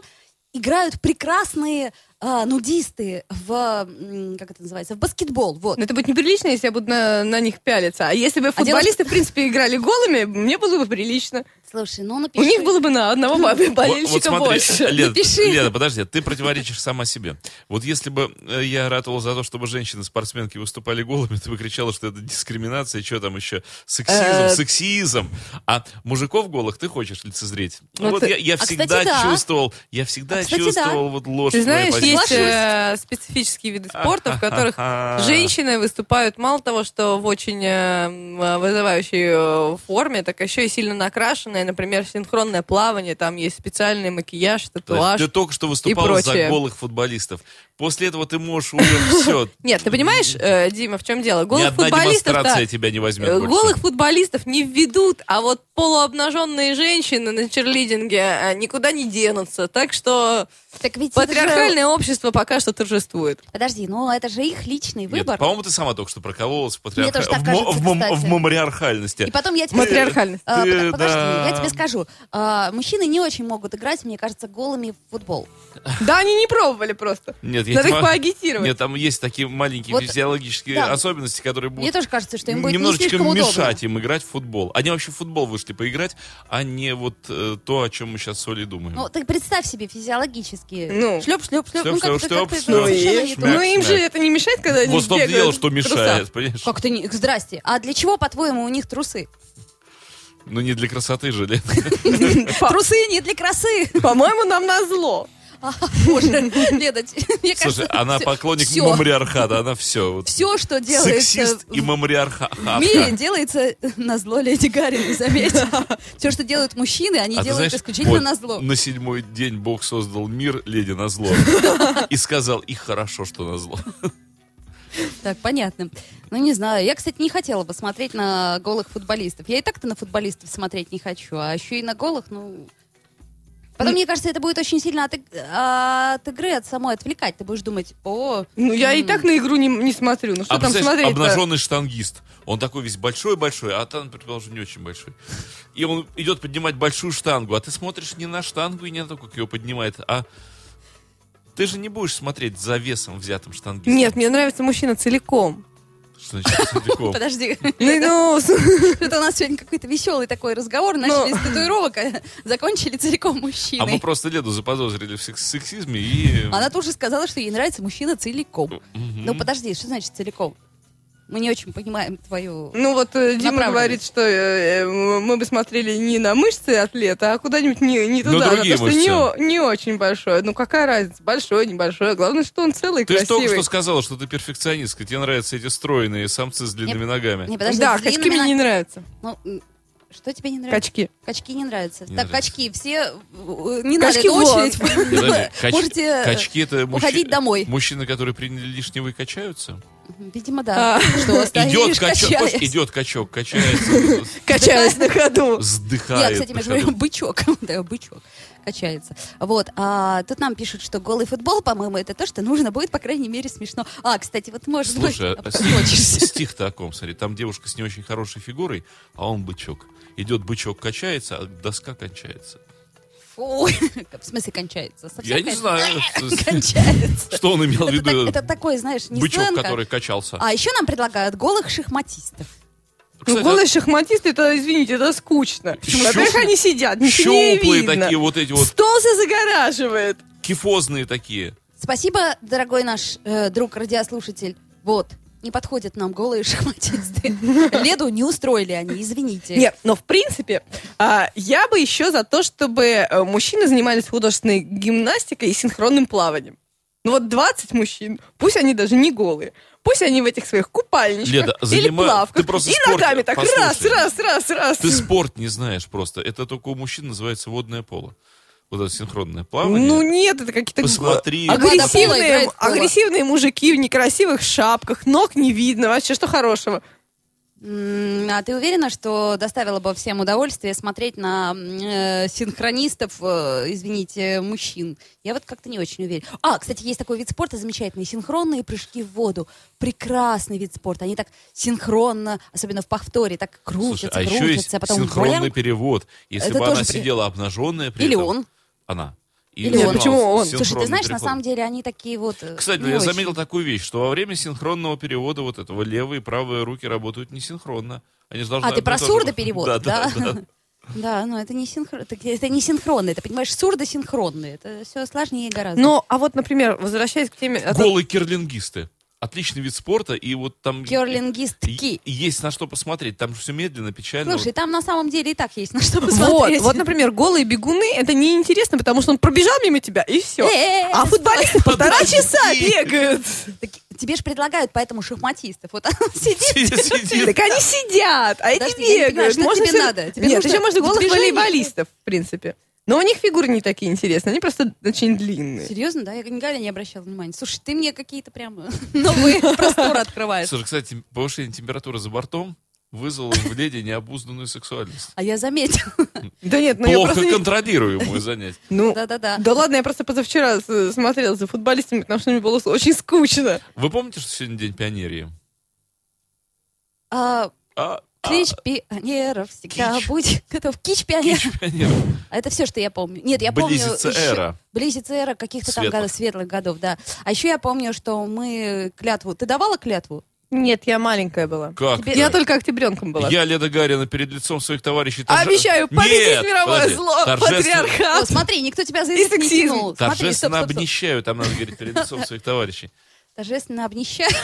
Speaker 1: играют прекрасные э, нудисты в, м, как это называется, в баскетбол. Вот.
Speaker 3: Но это будет неприлично, если я буду на, на них пялиться. А если
Speaker 1: дело
Speaker 3: бы
Speaker 1: в-
Speaker 3: футболисты, в принципе, играли голыми, мне было бы прилично.
Speaker 1: Слушай, ну напиши.
Speaker 3: У них было бы на одного бо-
Speaker 2: Вот- вот
Speaker 3: болельщика
Speaker 2: смотри,
Speaker 3: больше.
Speaker 2: Лена,
Speaker 1: Напиши.
Speaker 2: Лена, подожди, ты противоречишь сама себе. Вот если бы э, я ратовал за то, чтобы женщины-спортсменки выступали голыми, ты бы кричала, что это дискриминация, что там еще, сексизм,
Speaker 3: Э,
Speaker 2: сексизм. А мужиков голых ты хочешь лицезреть.
Speaker 3: Ну
Speaker 2: Вот
Speaker 3: ты-
Speaker 2: я- я
Speaker 1: А, кстати,
Speaker 2: всегда
Speaker 1: да.
Speaker 2: чувствовал, я всегда
Speaker 1: А, кстати,
Speaker 2: чувствовал вот ложь
Speaker 3: Ты
Speaker 2: в твоей
Speaker 3: знаешь,
Speaker 2: позиции.
Speaker 3: есть э, специфические виды спорта, в которых
Speaker 2: Ха-ха-ха.
Speaker 3: женщины выступают мало того, что в очень э, м, вызывающей э, форме, так еще и сильно накрашенные. Например, синхронное плавание, там есть специальный макияж,
Speaker 2: То есть
Speaker 3: татуаж.
Speaker 2: ты только что выступала за
Speaker 3: прочее.
Speaker 2: голых футболистов. После этого ты можешь уже все.
Speaker 3: Нет, ты понимаешь, э, Дима, в чем дело?
Speaker 2: Ни
Speaker 3: Голых
Speaker 2: одна
Speaker 3: футболистов-то-
Speaker 2: демонстрация тебя не возьмет.
Speaker 3: Э,
Speaker 2: больше.
Speaker 3: Голых футболистов не введут, а вот полуобнаженные женщины на черлидинге э, никуда не денутся. Так что
Speaker 1: Так ведь это же-
Speaker 3: патриархальное общество пока что торжествует.
Speaker 1: Подожди, ну это же их личный
Speaker 2: Нет,
Speaker 1: выбор.
Speaker 2: по-моему, ты сама только что прокололась в патриарха-
Speaker 1: Мне тоже так
Speaker 2: в мо-
Speaker 1: кажется,
Speaker 2: в, мом-
Speaker 1: кстати.
Speaker 2: в мемориархальности.
Speaker 1: И потом я тебе...
Speaker 3: Матриархальность.
Speaker 1: А,
Speaker 2: Ты,
Speaker 1: под- подожди,
Speaker 2: да.
Speaker 1: я тебе скажу. А, мужчины не очень могут играть, мне кажется, голыми в футбол.
Speaker 3: Да, они не пробовали просто.
Speaker 2: Нет, я
Speaker 3: Надо
Speaker 2: тебе
Speaker 3: их
Speaker 2: могу-
Speaker 3: поагитировать.
Speaker 2: Нет, там есть такие маленькие
Speaker 1: Вот,
Speaker 2: физиологические
Speaker 1: да.
Speaker 2: особенности, которые будут
Speaker 1: Мне тоже кажется, что им будет не
Speaker 2: немножечко
Speaker 1: слишком удобно.
Speaker 2: мешать им играть в футбол. Они вообще в футбол вышли поиграть, а не вот э, то, о чем мы сейчас с Олей думаем.
Speaker 1: Ну, ты представь себе физиологически.
Speaker 3: Ну.
Speaker 1: шлеп, шлеп, шлеп.
Speaker 2: Шлеп,
Speaker 1: ну, как,
Speaker 2: шлеп,
Speaker 1: как
Speaker 2: шлеп,
Speaker 1: ты это
Speaker 2: шлеп.
Speaker 3: Ну,
Speaker 1: совершенно
Speaker 3: и-
Speaker 1: не
Speaker 2: Шмяк,
Speaker 1: то.
Speaker 3: ну, им
Speaker 2: шмяк.
Speaker 3: же это не мешает, когда они
Speaker 2: вот в том
Speaker 3: бегают
Speaker 2: дело, что
Speaker 3: в трусах.
Speaker 2: мешает, понимаешь?
Speaker 1: Как-то не... Здрасте. А для чего, по-твоему, у них трусы?
Speaker 2: Ну не для красоты же, Лен.
Speaker 3: По-
Speaker 1: Трусы не для красы.
Speaker 3: По-моему, нам назло.
Speaker 1: А, Боже, Леда, т-
Speaker 2: Слушай,
Speaker 1: мне кажется...
Speaker 2: она поклонник
Speaker 1: все,
Speaker 2: мемориархата, она все. Вот.
Speaker 1: все, что делается
Speaker 2: Сексист и
Speaker 1: в
Speaker 2: мемориархатка.
Speaker 1: мире, делается на зло Леди Гарри, заметь. Все, что делают мужчины, они
Speaker 2: А ты
Speaker 1: делают
Speaker 2: знаешь,
Speaker 1: исключительно
Speaker 2: вот
Speaker 1: на зло.
Speaker 2: На седьмой день Бог создал мир, леди на зло. И сказал, и хорошо, что на зло. А
Speaker 1: Так, понятно. Ну, не знаю. Я, кстати, не хотела бы смотреть на голых футболистов. Я и так-то на футболистов смотреть не хочу, а еще и на голых, ну...
Speaker 3: Ну,
Speaker 1: Потом, мне кажется, это будет очень сильно от, иг- от игры, от самой отвлекать. Ты будешь думать, о...
Speaker 3: Ну, я и
Speaker 1: м,
Speaker 3: так на игру не, не смотрю. Ну, что
Speaker 2: А
Speaker 3: там
Speaker 2: представляешь,
Speaker 3: смотреть
Speaker 2: обнаженный штангист. Он такой весь большой-большой, а там, предположим, не очень большой. И он идет поднимать большую штангу, а ты смотришь не на штангу и не на то, как ее поднимает, а ты же не будешь смотреть за весом взятым штангистом.
Speaker 3: Нет, мне нравится мужчина целиком.
Speaker 2: Что значит целиком?
Speaker 1: Подожди,
Speaker 3: Ну, ну, с-
Speaker 1: это у нас сегодня какой-то веселый такой разговор.
Speaker 3: Ну.
Speaker 1: Начали с татуировок, а закончили целиком
Speaker 2: А мы
Speaker 1: мужчиной.
Speaker 2: просто Леду заподозрили в секс- сексизме и...
Speaker 1: Она тоже сказала, что ей нравится мужчина целиком.
Speaker 2: Мгм.
Speaker 1: Ну, подожди, что значит целиком? Мы не очень понимаем твою...
Speaker 3: ну вот э, Дима
Speaker 1: Направленность.
Speaker 3: говорит, что э, э, мы бы смотрели не на мышцы атлета, а куда-нибудь не, не
Speaker 2: На
Speaker 3: туда. на
Speaker 2: другие
Speaker 3: то, что не, о-
Speaker 2: мышцы.
Speaker 3: не очень большое. Ну какая разница, большое, небольшое. Главное, что он целый,
Speaker 2: Ты же только
Speaker 3: красивый.
Speaker 2: что сказала, что ты перфекционистка, тебе нравятся эти стройные самцы с длинными ногами.
Speaker 1: Не, подожди,
Speaker 3: да,
Speaker 1: с
Speaker 3: качки
Speaker 1: длинными
Speaker 3: мне не
Speaker 1: ног- Э?
Speaker 3: нравятся.
Speaker 1: Ну, м, что тебе не нравится?
Speaker 3: Качки.
Speaker 1: Качки не нравятся.
Speaker 2: Не
Speaker 1: так,
Speaker 2: нравится.
Speaker 1: качки все... э, Не
Speaker 3: Качки
Speaker 1: надо, это
Speaker 3: вон.
Speaker 1: очередь.
Speaker 2: Подожди, кач-
Speaker 1: Ну, Можете э,
Speaker 2: качки это мужчи-
Speaker 1: уходить домой.
Speaker 2: Мужчины, которые приняли лишнего и качаются?
Speaker 1: Видимо, да.
Speaker 3: А.
Speaker 1: Что, стоишь,
Speaker 2: идет качок,
Speaker 1: качаясь.
Speaker 2: просто идет качок, качается,
Speaker 3: Качаюсь на ходу.
Speaker 2: вздыхает.
Speaker 1: Я, кстати, между
Speaker 2: на ходу.
Speaker 1: говорю, бычок. Да, бычок качается. Вот. а, тут нам пишут, что голый футбол, по-моему, это то, что нужно будет, по крайней мере, смешно. А, кстати, вот может быть...
Speaker 2: Слушай, а
Speaker 1: обскочишься.
Speaker 2: стих- стих-то о ком, смотри, там девушка с не очень хорошей фигурой, а он бычок. Идет бычок, качается, а доска кончается.
Speaker 1: Фу. В смысле, кончается? Совсем
Speaker 2: Я не
Speaker 1: кон-
Speaker 2: знаю,
Speaker 1: Кончается.
Speaker 2: что он имел в
Speaker 1: Это, так-
Speaker 2: виду.
Speaker 1: это такой, знаешь, не
Speaker 2: Бычок,
Speaker 1: сленг, а-
Speaker 2: который качался.
Speaker 1: А еще нам предлагают голых шахматистов.
Speaker 3: Ну,
Speaker 2: Кстати, а
Speaker 3: голые шахматисты, это, извините, это скучно.
Speaker 2: Щуп-
Speaker 3: Во-первых, они сидят, ничего не
Speaker 2: Щуплые
Speaker 3: видно.
Speaker 2: такие, вот эти вот
Speaker 3: Стол все загораживает.
Speaker 2: кифозные такие.
Speaker 1: Спасибо, дорогой наш э, друг радиослушатель. Вот, не подходят нам голые шахматисты. Леду не устроили они, извините.
Speaker 3: Нет, но в принципе, а, я бы еще за то, чтобы э, мужчины занимались художественной гимнастикой и синхронным плаванием. Ну вот 20 мужчин, пусть они даже не голые, пусть они в этих своих купальничках
Speaker 2: Леда,
Speaker 3: или
Speaker 2: занима-
Speaker 3: плавках,
Speaker 2: ты просто
Speaker 3: и
Speaker 2: спорт-
Speaker 3: ногами так
Speaker 2: послушай.
Speaker 3: раз, раз, раз, раз.
Speaker 2: Ты спорт не знаешь просто. Это только у мужчин называется водное поло. Вот это синхронное плавание.
Speaker 3: Ну нет, это какие-то
Speaker 2: Посмотри.
Speaker 3: г-
Speaker 1: Вода пола
Speaker 3: агрессивные,
Speaker 1: играет в поло.
Speaker 3: агрессивные мужики в некрасивых шапках, ног не видно, вообще что хорошего.
Speaker 1: М, А ты уверена, что доставило бы всем удовольствие смотреть на м, э, синхронистов, э, извините, мужчин? Я вот как-то не очень уверена. А, кстати, есть такой вид спорта замечательный. Синхронные прыжки в воду. Прекрасный вид спорта. Они так синхронно, особенно в повторе, так крутятся,
Speaker 2: Слушай, а
Speaker 1: крутятся.
Speaker 2: еще есть
Speaker 1: а потом
Speaker 2: синхронный
Speaker 1: валяк.
Speaker 2: перевод. Если
Speaker 1: Это
Speaker 2: бы она
Speaker 1: тоже при-
Speaker 2: сидела обнаженная при
Speaker 1: Или
Speaker 2: этом-
Speaker 1: он.
Speaker 2: Она. И
Speaker 1: Или он.
Speaker 2: занималась
Speaker 3: Почему он?
Speaker 2: синхронным
Speaker 1: Слушай, ты знаешь, на
Speaker 2: переходом.
Speaker 1: самом деле они такие вот... э,
Speaker 2: Кстати,
Speaker 1: не
Speaker 2: я
Speaker 1: очень.
Speaker 2: заметил такую вещь, что во время синхронного перевода вот этого левые и правые руки работают несинхронно. Они же должны
Speaker 1: А, ты про
Speaker 2: одно и то же-
Speaker 1: сурдоперевод,
Speaker 2: да?
Speaker 1: да? Да, но это не, синхро... так это не синхронно, это, понимаешь, сурдосинхронные. Это все сложнее гораздо.
Speaker 3: Ну, а вот, например, возвращаясь к теме... о том-
Speaker 2: Голые керлингисты. Отличный вид спорта, и вот там...
Speaker 1: Керлингистки.
Speaker 2: И- и Есть на что посмотреть. Там же все медленно, печально.
Speaker 1: Слушай, там на самом деле и так есть на что
Speaker 3: Вот,
Speaker 1: посмотреть.
Speaker 3: вот, например, голые бегуны, это неинтересно, потому что он пробежал мимо тебя, и
Speaker 1: Э,
Speaker 3: все.
Speaker 1: Э-э-э,
Speaker 3: А футболисты полтора
Speaker 2: Подожди.
Speaker 3: часа бегают.
Speaker 1: э, Так Тебе же предлагают поэтому шахматистов. Вот она сидит.
Speaker 2: Сидит, сидит.
Speaker 3: Так они сидят, а эти
Speaker 1: Подожди, я не понимаю,
Speaker 3: бегают.
Speaker 1: что тебе
Speaker 3: всё-
Speaker 1: надо? Тебе
Speaker 3: Нет,
Speaker 1: нужно
Speaker 3: еще можно голых
Speaker 1: движение?
Speaker 3: волейболистов, в принципе. Но у них фигуры не такие интересные, они просто очень длинные.
Speaker 1: Серьезно, да? Я никогда не обращала внимания. Слушай, ты мне какие-то прям новые просторы открываешь.
Speaker 2: Слушай, кстати, повышение температуры за бортом вызвало в леди необузданную сексуальность.
Speaker 1: А я заметила.
Speaker 3: Да нет, ну я
Speaker 2: Плохо
Speaker 3: просто... не-
Speaker 2: контролируемую занятие.
Speaker 3: Ну,
Speaker 1: Да-да-да.
Speaker 3: да ладно, я просто позавчера с- смотрела за футболистами, потому что мне было очень скучно.
Speaker 2: Вы помните, что сегодня день пионерии?
Speaker 1: А,
Speaker 2: А,
Speaker 1: Клич пионеров всегда
Speaker 2: Кич.
Speaker 1: будь готов. Кич пионеров.
Speaker 2: пионеров.
Speaker 1: А это все, что я помню. Нет, я
Speaker 2: Близится
Speaker 1: помню... еще-
Speaker 2: эра.
Speaker 1: Близится эра каких-то там
Speaker 2: Светлых.
Speaker 1: годов, светлых годов, да. А еще я помню, что мы клятву... Ты давала клятву?
Speaker 3: Нет, я маленькая была.
Speaker 2: Как?
Speaker 1: Тебе-
Speaker 2: так?
Speaker 3: Я только октябренком была.
Speaker 2: Я Леда Гарина перед лицом своих товарищей... торже-
Speaker 3: Обещаю победить
Speaker 2: Нет,
Speaker 3: мировое
Speaker 2: подожди.
Speaker 3: зло,
Speaker 2: Торжественно-
Speaker 1: О,
Speaker 3: патриархат.
Speaker 1: смотри, никто тебя за язык не
Speaker 3: сексизм.
Speaker 1: тянул. Смотри, стоп,
Speaker 2: Торжественно
Speaker 1: стоп, стоп.
Speaker 2: обнищаю, там надо говорить перед лицом своих товарищей.
Speaker 1: торжественно обнищали.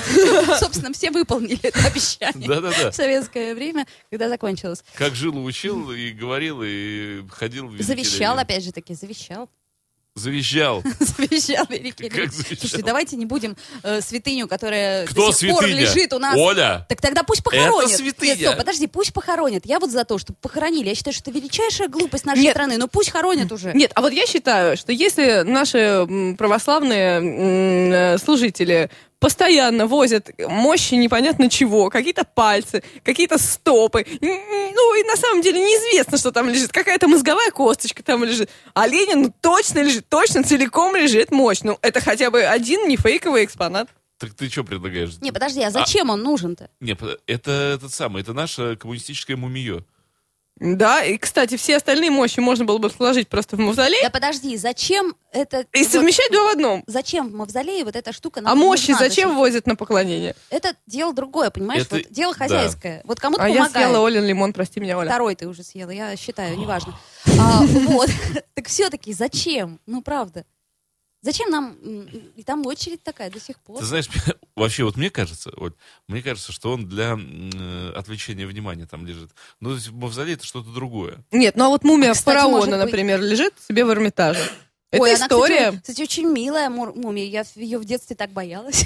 Speaker 1: Собственно, все выполнили это обещание.
Speaker 2: Да-да-да.
Speaker 1: В советское время, когда закончилось.
Speaker 2: Как жил, и учил, и говорил, и ходил. великий
Speaker 1: Завещал,
Speaker 2: Ленин.
Speaker 1: опять же таки, завещал.
Speaker 2: Завизжал.
Speaker 1: Завещал великий
Speaker 2: Как
Speaker 1: Ленин.
Speaker 2: завещал?
Speaker 1: Слушайте, давайте не будем э, святыню, которая
Speaker 2: Кто
Speaker 1: до сих пор
Speaker 2: святыня?
Speaker 1: лежит у нас.
Speaker 2: Оля!
Speaker 1: Так тогда пусть похоронят.
Speaker 2: святыня.
Speaker 1: Нет, стоп, подожди, пусть похоронят. Я вот за то, чтобы похоронили. Я считаю, что это величайшая глупость нашей
Speaker 3: Нет.
Speaker 1: страны. Но пусть хоронят уже.
Speaker 3: Нет, а вот я считаю, что если наши м, православные м, э, служители постоянно возят мощи непонятно чего, какие-то пальцы, какие-то стопы, м, м, ну и на самом деле неизвестно, что там лежит, какая-то мозговая косточка там лежит, а Ленин ну, точно лежит, точно целиком лежит мощь, ну это хотя бы один не фейковый экспонат.
Speaker 2: Так ты что предлагаешь?
Speaker 1: Не, подожди, а зачем он нужен-то?
Speaker 2: Не, под- это этот самый, это наше коммунистическое мумиё.
Speaker 3: Да, и, кстати, все остальные мощи можно было бы сложить просто в мавзолей
Speaker 1: Да подожди, зачем это...
Speaker 3: и
Speaker 1: вот- Ну,
Speaker 3: совмещать два в одном.
Speaker 1: Зачем в мавзолее вот эта штука нам
Speaker 3: А мощи
Speaker 1: нужна?
Speaker 3: зачем возят на поклонение?
Speaker 1: Это дело другое, понимаешь?
Speaker 2: Это-
Speaker 1: Вот дело
Speaker 2: да.
Speaker 1: хозяйское. Вот кому-то
Speaker 3: А я
Speaker 1: помогает.
Speaker 3: съела Олин лимон, прости меня, Оля.
Speaker 1: Второй ты уже съела, я считаю, неважно. А, вот. Так все-таки зачем? Ну, правда. Зачем нам... м, И там очередь такая до сих пор.
Speaker 2: Ты знаешь, вообще вот мне кажется, Оль, мне кажется, что он для м, э, отвлечения внимания там лежит. Ну, то есть мавзолей это что-то другое.
Speaker 3: Нет, ну а вот мумия
Speaker 1: А, кстати, может
Speaker 3: фараона,
Speaker 1: быть-
Speaker 3: например, лежит себе в Эрмитаже. Это
Speaker 1: Ой, она, кстати,
Speaker 3: история.
Speaker 1: о- кстати, очень милая мур- мумия. Я ее в детстве так боялась.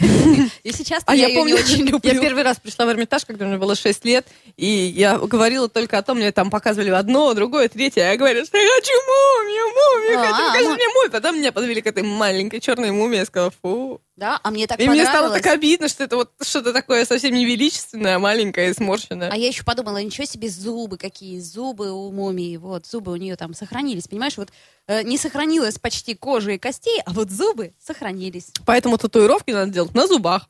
Speaker 1: И сейчас
Speaker 3: а
Speaker 1: я
Speaker 3: я,
Speaker 1: ее не
Speaker 3: помню,
Speaker 1: очень
Speaker 3: я
Speaker 1: люблю.
Speaker 3: первый раз пришла в Эрмитаж, когда мне было 6 лет, и я говорила только о том, мне там показывали одно, другое, третье, а я говорила, что я хочу мумию, мумию,
Speaker 1: А,
Speaker 3: хочу, покажи
Speaker 1: ну-
Speaker 3: мне мумию. Потом меня подвели к этой маленькой черной мумии, я сказала, фу.
Speaker 1: Да, а мне так
Speaker 3: И мне стало так
Speaker 1: понравилось.
Speaker 3: обидно, что это вот что-то такое совсем невеличественное, маленькое и сморщенное.
Speaker 1: А я еще подумала, ничего себе зубы какие, зубы у мумии, вот, зубы у нее там сохранились, понимаешь, вот э, не сохранилось почти кожи и костей, а вот зубы сохранились.
Speaker 3: Поэтому татуировки надо делать на зубах.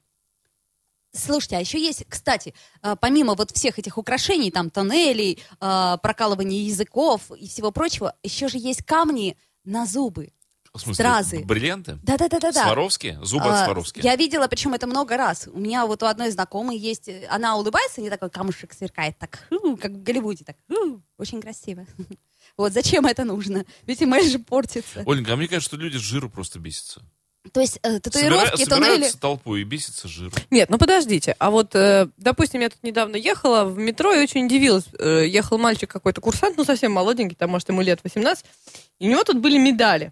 Speaker 1: Слушайте, а еще есть, кстати, э, помимо вот всех этих украшений, там, тоннелей, э, прокалывания языков и всего прочего, еще же есть камни на зубы.
Speaker 2: В смысле,
Speaker 1: Стразы.
Speaker 2: Бриллианты?
Speaker 1: Да-да-да-да.
Speaker 2: Сваровские? Зубы
Speaker 1: А,
Speaker 2: от Сваровские?
Speaker 1: Я видела, причем это много раз. У меня вот у одной знакомой есть, э, она улыбается, и такой камушек сверкает, так, «Ху», как в Голливуде, так, «Ху». очень красиво. Вот зачем это нужно? Ведь имидж же портится.
Speaker 2: Оленька, а мне кажется, что люди с жиру просто бесятся.
Speaker 1: То есть э,
Speaker 2: Собира-
Speaker 1: татуировки, тоннели.
Speaker 2: собираются толпу и бесится жир.
Speaker 3: Нет, ну подождите, а вот, э, допустим, я тут недавно ехала в метро и очень удивилась. Э, ехал мальчик какой-то, курсант, ну совсем молоденький, там, может, ему лет 18, и у него тут были медали.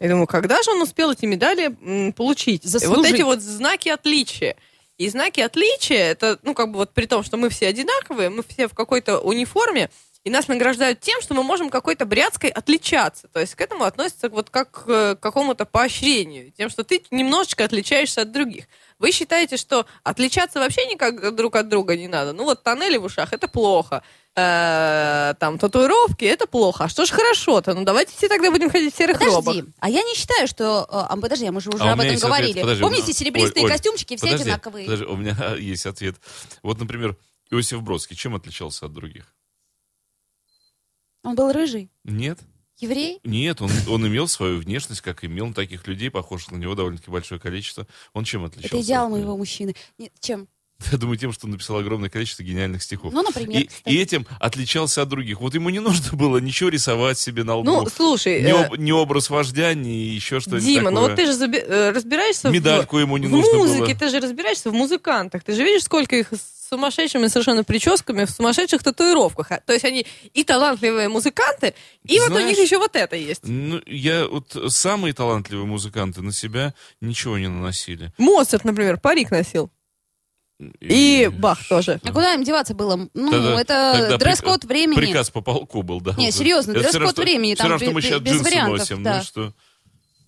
Speaker 3: Я думаю, когда же он успел эти медали м, получить? И Вот
Speaker 1: Заслужить.
Speaker 3: эти вот знаки отличия. И знаки отличия, это, ну, как бы вот при том, что мы все одинаковые, мы все в какой-то униформе, и нас награждают тем, что мы можем какой-то бряцкой отличаться. То есть к этому относится вот как э, к какому-то поощрению. Тем, что ты немножечко отличаешься от других. Вы считаете, что отличаться вообще никак друг от друга не надо? Ну вот тоннели в ушах — это плохо. Э, там татуировки — это плохо. А что ж хорошо-то? Ну давайте все тогда будем ходить в серых робах.
Speaker 1: Подожди, а я не считаю, что... э, А, подожди, мы же уже
Speaker 2: А у
Speaker 1: об
Speaker 2: меня
Speaker 1: этом
Speaker 2: есть ответ,
Speaker 1: говорили.
Speaker 2: подожди, у
Speaker 1: Помните
Speaker 2: меня-
Speaker 1: серебристые
Speaker 2: Оль, Оль,
Speaker 1: костюмчики, все
Speaker 2: подожди,
Speaker 1: одинаковые?
Speaker 2: Подожди, у меня есть ответ. Вот, например, Иосиф Бродский чем отличался от других?
Speaker 1: Он был рыжий,
Speaker 2: Нет?
Speaker 1: еврей.
Speaker 2: Нет, он, он имел свою внешность, как имел ну, таких людей, похожих на него довольно-таки большое количество. Он чем отличался?
Speaker 1: Это идеал моего мужчины. Нет, чем?
Speaker 2: Я думаю, тем, что он написал огромное количество гениальных стихов.
Speaker 1: Ну, например,
Speaker 2: и,
Speaker 1: кстати.
Speaker 2: и этим отличался от других. Вот ему не нужно было ничего рисовать себе на лбу.
Speaker 3: Ну, слушай,
Speaker 2: ни,
Speaker 3: э,
Speaker 2: об- ни образ вождя, ни еще что-нибудь
Speaker 3: Дима, ну
Speaker 2: такое.
Speaker 3: вот ты же заби- э, разбираешься в-
Speaker 2: Медальку ему не
Speaker 3: в
Speaker 2: нужно
Speaker 3: музыке,
Speaker 2: было.
Speaker 3: ты же разбираешься в музыкантах. Ты же видишь, сколько их с сумасшедшими совершенно прическами, в сумасшедших татуировках. А, То есть они и талантливые музыканты, и вот у
Speaker 2: Знаешь-
Speaker 3: них еще вот это есть.
Speaker 2: Ну, я вот самые талантливые музыканты на себя ничего не наносили.
Speaker 3: Моцарт, например, парик носил. И Бах тоже.
Speaker 1: А куда им деваться было? Ну,
Speaker 2: Тогда-
Speaker 1: это
Speaker 2: тогда
Speaker 1: дресс-код времени.
Speaker 2: Приказ по полку был, да.
Speaker 1: Не,
Speaker 2: уже.
Speaker 1: серьезно,
Speaker 2: Это всё
Speaker 1: дресс-код
Speaker 2: равно,
Speaker 1: времени,
Speaker 2: Все
Speaker 1: там
Speaker 2: равно, что мы
Speaker 1: бе-
Speaker 2: сейчас
Speaker 1: без
Speaker 2: джинсы
Speaker 1: вариантов,
Speaker 2: носим,
Speaker 1: да.
Speaker 2: ну что.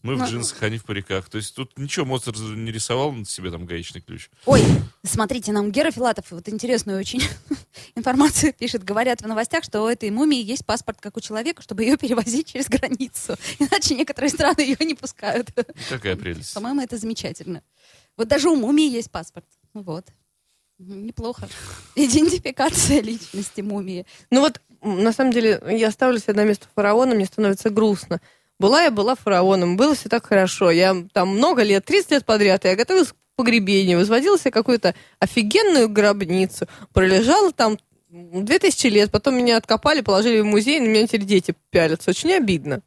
Speaker 2: Мы в
Speaker 1: Ну.
Speaker 2: джинсах, они в париках. То есть тут ничего Моцарт не рисовал на себе там гаечный ключ.
Speaker 1: Ой, смотрите, нам Гера Филатов вот интересную очень информацию пишет. Говорят в новостях, что у этой мумии есть паспорт, как у человека, чтобы ее перевозить через границу. Иначе некоторые страны ее не пускают.
Speaker 2: Какая Ну,
Speaker 1: Ну,
Speaker 2: прелесть.
Speaker 1: По-моему, это замечательно. Вот даже у мумии есть паспорт. Ну Вот. Мгм, Неплохо. Идентификация личности мумии.
Speaker 3: Ну вот, м, на самом деле, я ставлю себя на место фараона, мне становится грустно. Была я была фараоном, было все так хорошо. Я там много лет, 30 лет подряд, я готовилась к погребению, возводила себе какую-то офигенную гробницу, пролежала там 2000 лет, потом меня откопали, положили в музей, на меня теперь дети пялятся. Очень обидно.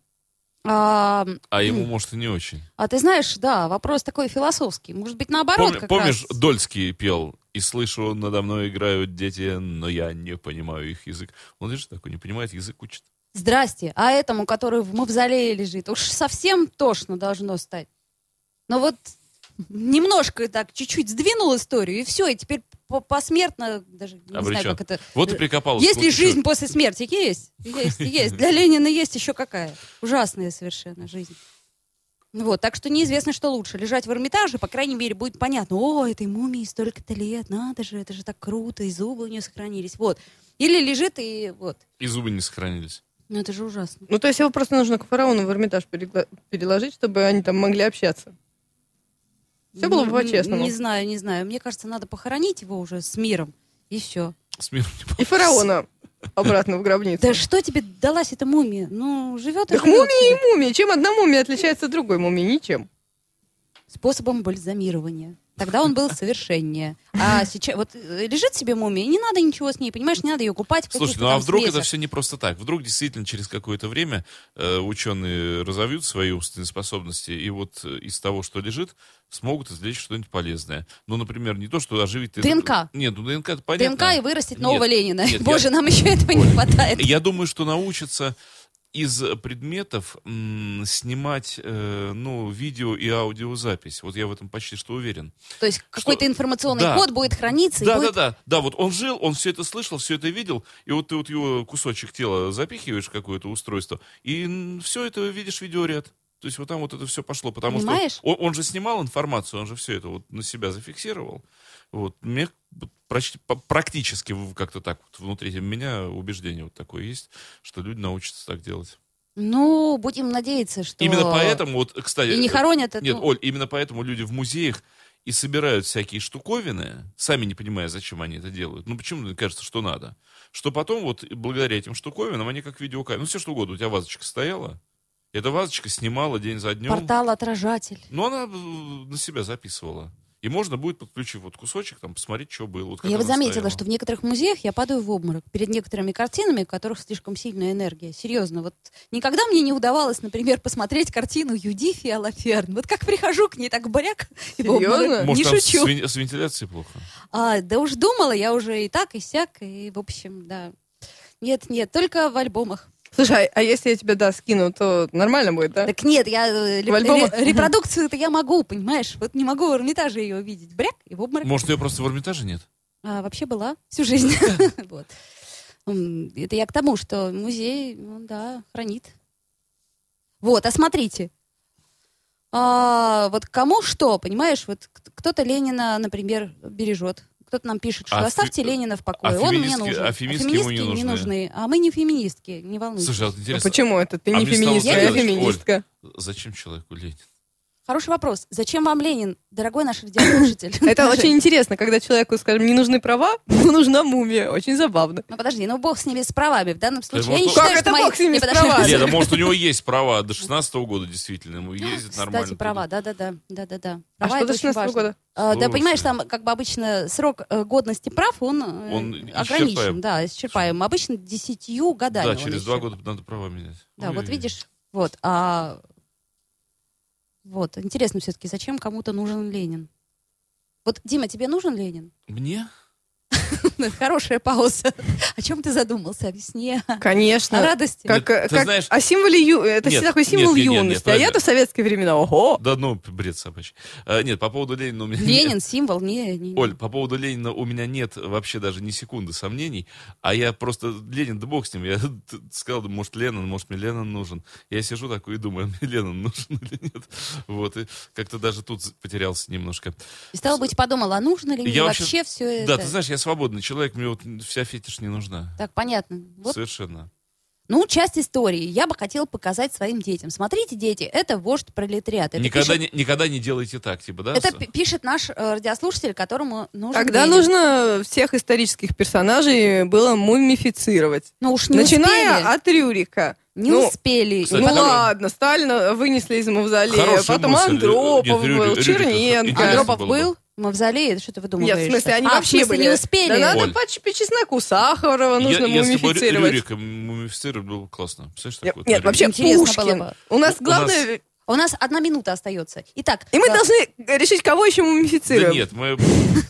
Speaker 1: А,
Speaker 2: А ему, может, и не очень.
Speaker 1: а ты знаешь, да, вопрос такой философский. Может быть, наоборот
Speaker 2: Помни-
Speaker 1: как
Speaker 2: помнишь,
Speaker 1: раз.
Speaker 2: Дольский пел и слышу, надо мной играют дети, но я не понимаю их язык. Он лежит такой, не понимает, язык учит.
Speaker 1: Здрасте. А этому, который в мавзолее лежит, уж совсем тошно должно стать. Но вот немножко так, чуть-чуть сдвинул историю, и все, и теперь по- посмертно, даже не
Speaker 2: Обречен.
Speaker 1: знаю, как это...
Speaker 2: Вот и прикопалась.
Speaker 1: Есть
Speaker 2: к
Speaker 1: ли
Speaker 2: Лукичу.
Speaker 1: Э, жизнь после смерти? Есть. Есть, есть. Для Ленина есть еще какая. Ужасная совершенно жизнь. Ну Вот, так что неизвестно, что лучше. Лежать в Эрмитаже, по крайней мере, будет понятно. О, этой мумии столько-то лет, надо же, это же так круто, и зубы у нее сохранились. Вот. Или лежит и вот.
Speaker 2: И зубы не сохранились.
Speaker 1: Ну, это же ужасно.
Speaker 3: Ну, то есть его просто нужно к фараону в Эрмитаж перегла- переложить, чтобы они там могли общаться. Всё было бы
Speaker 1: Н-
Speaker 3: по-честному.
Speaker 1: Не знаю, не знаю. Мне кажется, надо похоронить его уже с миром. И все.
Speaker 2: С миром не
Speaker 3: И фараона обратно в гробницу.
Speaker 1: Да что тебе далась эта мумия? Ну, живет и
Speaker 3: Так
Speaker 1: живет
Speaker 3: мумия
Speaker 1: себе.
Speaker 3: и мумия. Чем одна мумия отличается от другой мумии? Ничем.
Speaker 1: способом бальзамирования. Тогда он был совершеннее. А сейчас вот э, лежит себе мумия, и не надо ничего с ней, понимаешь, не надо ее купать. в
Speaker 2: Слушай,
Speaker 1: каких-то
Speaker 2: ну а
Speaker 1: там
Speaker 2: вдруг это
Speaker 1: смесях.
Speaker 2: все не просто так? Вдруг действительно через какое-то время э, ученые разовьют свои умственные способности, и вот э, из того, что лежит, смогут извлечь что-нибудь полезное. Ну, например, не то, что оживить... ты-
Speaker 1: ДНК.
Speaker 2: Нет, ну ДНК, это понятно.
Speaker 1: ДНК и вырастет нового
Speaker 2: Нет,
Speaker 1: Ленина.
Speaker 2: нет, я-
Speaker 1: Боже, нам еще этого не
Speaker 2: Оля,
Speaker 1: хватает.
Speaker 2: Я думаю, что научатся из предметов м, снимать, э, ну, видео и аудиозапись. Вот я в этом почти что уверен.
Speaker 1: То есть какой-то информационный
Speaker 2: Да.
Speaker 1: код будет храниться. и
Speaker 2: Да,
Speaker 1: будет-
Speaker 2: да, да, да. Вот он жил, он все это слышал, все это видел, и вот ты вот его кусочек тела запихиваешь в какое-то устройство, и все это видишь видеоряд. То есть вот там вот это все пошло, потому
Speaker 1: Понимаешь?
Speaker 2: что он, он же снимал информацию, он же все это вот на себя зафиксировал. Вот мне вот проч- по- практически в- как-то так вот внутри меня убеждение вот такое есть, что люди научатся так делать.
Speaker 1: Ну, будем надеяться, что...
Speaker 2: Именно поэтому вот, кстати,
Speaker 1: И не хоронят это.
Speaker 2: нет,
Speaker 1: ну,
Speaker 2: Оль, именно поэтому люди в музеях и собирают всякие штуковины, сами не понимая, зачем они это делают. Ну, почему кажется, что надо? Что потом вот и благодаря этим штуковинам они как видеокамеры. Ну, все что угодно. У тебя вазочка стояла, эта вазочка снимала день за Ну, днем.
Speaker 1: Портал-отражатель.
Speaker 2: Но она э, на себя записывала. И можно будет, подключив вот кусочек, там, посмотреть, что было. Вот как
Speaker 1: Я вот
Speaker 2: она
Speaker 1: заметила,
Speaker 2: стояла.
Speaker 1: что в некоторых музеях я падаю в обморок перед некоторыми картинами, у которых слишком сильная энергия. Серьезно, вот никогда мне не удавалось, например, посмотреть картину Юдифи Алаферн. Вот как прихожу к ней, так бряк, и в обморок.
Speaker 3: Серьезно?
Speaker 2: Может,
Speaker 1: не
Speaker 2: там
Speaker 1: шучу.
Speaker 2: С, вен- с вентиляцией плохо.
Speaker 1: А, да уж думала, я уже и так, и сяк, и в общем, да. Нет, нет, только в альбомах.
Speaker 3: Слушай, а- а если я тебе, да, скину, то нормально будет, да?
Speaker 1: Так нет, я э,
Speaker 3: В альбомах?
Speaker 1: ре- репродукцию-то я могу, понимаешь? Вот не могу в Эрмитаже ее увидеть. Бряк и в обморок.
Speaker 2: Может, ее просто в Эрмитаже нет?
Speaker 1: А, вообще была всю жизнь. Вот. М, Это я к тому, что музей, ну да, хранит. Вот, а смотрите. А, вот кому что, понимаешь? Вот к- кто-то Ленина, например, бережет. Кто-то нам пишет, что
Speaker 2: А фе-
Speaker 1: оставьте Ленина в покое,
Speaker 2: а
Speaker 1: он мне
Speaker 2: феминистки-
Speaker 1: нужен.
Speaker 2: а феминистки ему не
Speaker 1: феминистки
Speaker 2: нужны.
Speaker 1: А мы не феминистки, не волнуйтесь.
Speaker 2: Слушай, а вот
Speaker 3: А
Speaker 2: интересно,
Speaker 3: почему это? Ты
Speaker 2: А
Speaker 3: не
Speaker 2: мне стало
Speaker 3: феминистка, а я
Speaker 1: стыдно, Оль.
Speaker 3: феминистка.
Speaker 2: зачем человеку Ленин?
Speaker 1: Хороший вопрос. Зачем вам Ленин, дорогой наш радиослушатель?
Speaker 3: Это очень интересно, когда человеку, скажем, не нужны права, но нужна мумия. Очень забавно.
Speaker 1: Ну подожди, ну бог с ними с правами. В данном случае я не
Speaker 2: может,
Speaker 1: считаю,
Speaker 3: Как
Speaker 1: что
Speaker 3: это
Speaker 1: мои-
Speaker 3: бог с ними
Speaker 1: Не,
Speaker 3: с
Speaker 1: подожди.
Speaker 3: правами?
Speaker 2: Лена, может, у него есть права до 16 года, действительно, ему ездит
Speaker 1: Кстати,
Speaker 2: нормально.
Speaker 1: права, да-да-да. да-да-да.
Speaker 3: А
Speaker 1: Права
Speaker 3: что
Speaker 1: это
Speaker 3: до
Speaker 1: очень
Speaker 3: 16
Speaker 1: важно.
Speaker 3: года?
Speaker 1: А, Да,
Speaker 2: Слушай.
Speaker 1: понимаешь, там как бы обычно срок э, годности прав, он, э,
Speaker 2: Он
Speaker 1: ограничен.
Speaker 2: исчерпаем.
Speaker 1: Да, исчерпаем. Обычно десятью годами.
Speaker 2: Да,
Speaker 1: он
Speaker 2: через два
Speaker 1: исчерп-
Speaker 2: года надо права менять.
Speaker 1: Да, вот
Speaker 2: Ой-ой-ой.
Speaker 1: видишь, вот. А... Вот, интересно все-таки, зачем кому-то нужен Ленин? Вот, Дима, тебе нужен Ленин?
Speaker 2: Мне?
Speaker 1: Хорошая пауза. О чем ты задумался? Объясни. О
Speaker 3: Конечно.
Speaker 1: радости.
Speaker 3: Как,
Speaker 2: Ты
Speaker 3: э, как-
Speaker 2: знаешь-
Speaker 3: о символе ю... э, Это
Speaker 2: Нет,
Speaker 3: всегда такой символ
Speaker 2: нет, нет, нет, нет,
Speaker 3: юности. а я-то в советские времена, ого!
Speaker 2: Да ну, бред собачий. А, нет, по поводу Ленина у меня...
Speaker 1: Ленин, символ, не, не- не.
Speaker 2: Оль, по поводу Ленина у меня нет вообще даже ни секунды сомнений, а я просто, Ленин, да бог с ним, я т- сказал, да, может, Ленин, может, мне Ленин нужен. Я сижу такой и думаю, а мне Ленин нужен или нет. Вот, и как-то даже тут потерялся немножко.
Speaker 1: И стало быть, подумала, а нужно ли мне
Speaker 2: Я вообще-
Speaker 1: вообще все это?
Speaker 2: Да, ты знаешь, я свободный человек, мне вот вся фетиш не нужна.
Speaker 1: Так, понятно. Вот
Speaker 2: Совершенно.
Speaker 1: Ну, часть истории я бы хотела показать своим детям. Смотрите, дети, это вождь пролетариата. Это
Speaker 2: Никогда,
Speaker 1: пишет,
Speaker 2: не, никогда не делайте так, типа, да?
Speaker 1: это
Speaker 2: с-
Speaker 1: пи- пишет наш э, радиослушатель, которому нужен
Speaker 3: Тогда
Speaker 1: Ленин.
Speaker 3: нужно всех исторических персонажей было мумифицировать.
Speaker 1: Ну уж не
Speaker 3: Начиная
Speaker 1: успели.
Speaker 3: от Рюрика.
Speaker 1: Не
Speaker 3: ну,
Speaker 1: успели.
Speaker 2: Кстати,
Speaker 3: ну
Speaker 2: хорошая-
Speaker 3: ладно, Сталина вынесли из мавзолея,
Speaker 2: Хорошая
Speaker 3: потом
Speaker 2: мысль.
Speaker 3: Андропов
Speaker 2: Нет, Рюрик-
Speaker 3: был,
Speaker 2: Рюрик-
Speaker 3: Черненко.
Speaker 2: интересно
Speaker 1: Андропов
Speaker 2: было бы.
Speaker 1: был? Мавзолей? Это что ты выдумываешь?
Speaker 3: Нет, в смысле, они
Speaker 1: А, в
Speaker 3: вообще
Speaker 1: смысле,
Speaker 3: были.
Speaker 1: не успели?
Speaker 3: Да надо
Speaker 2: Оль.
Speaker 3: по, ч- по чесноку Сахарова нужно
Speaker 2: Я- если бы
Speaker 3: мумифицировать.
Speaker 2: Рюрика мумифицировать, было бы классно. Представляешь,
Speaker 3: Нет,
Speaker 2: такой
Speaker 3: нет,
Speaker 2: Рюрик?
Speaker 3: вообще
Speaker 1: Интересно
Speaker 3: Пушкин.
Speaker 1: было бы.
Speaker 3: У нас
Speaker 2: У
Speaker 3: главное...
Speaker 1: У нас одна минута остается. Итак,
Speaker 3: И мы
Speaker 1: э,
Speaker 3: должны решить, кого еще мумифицируем.
Speaker 2: Да нет, мы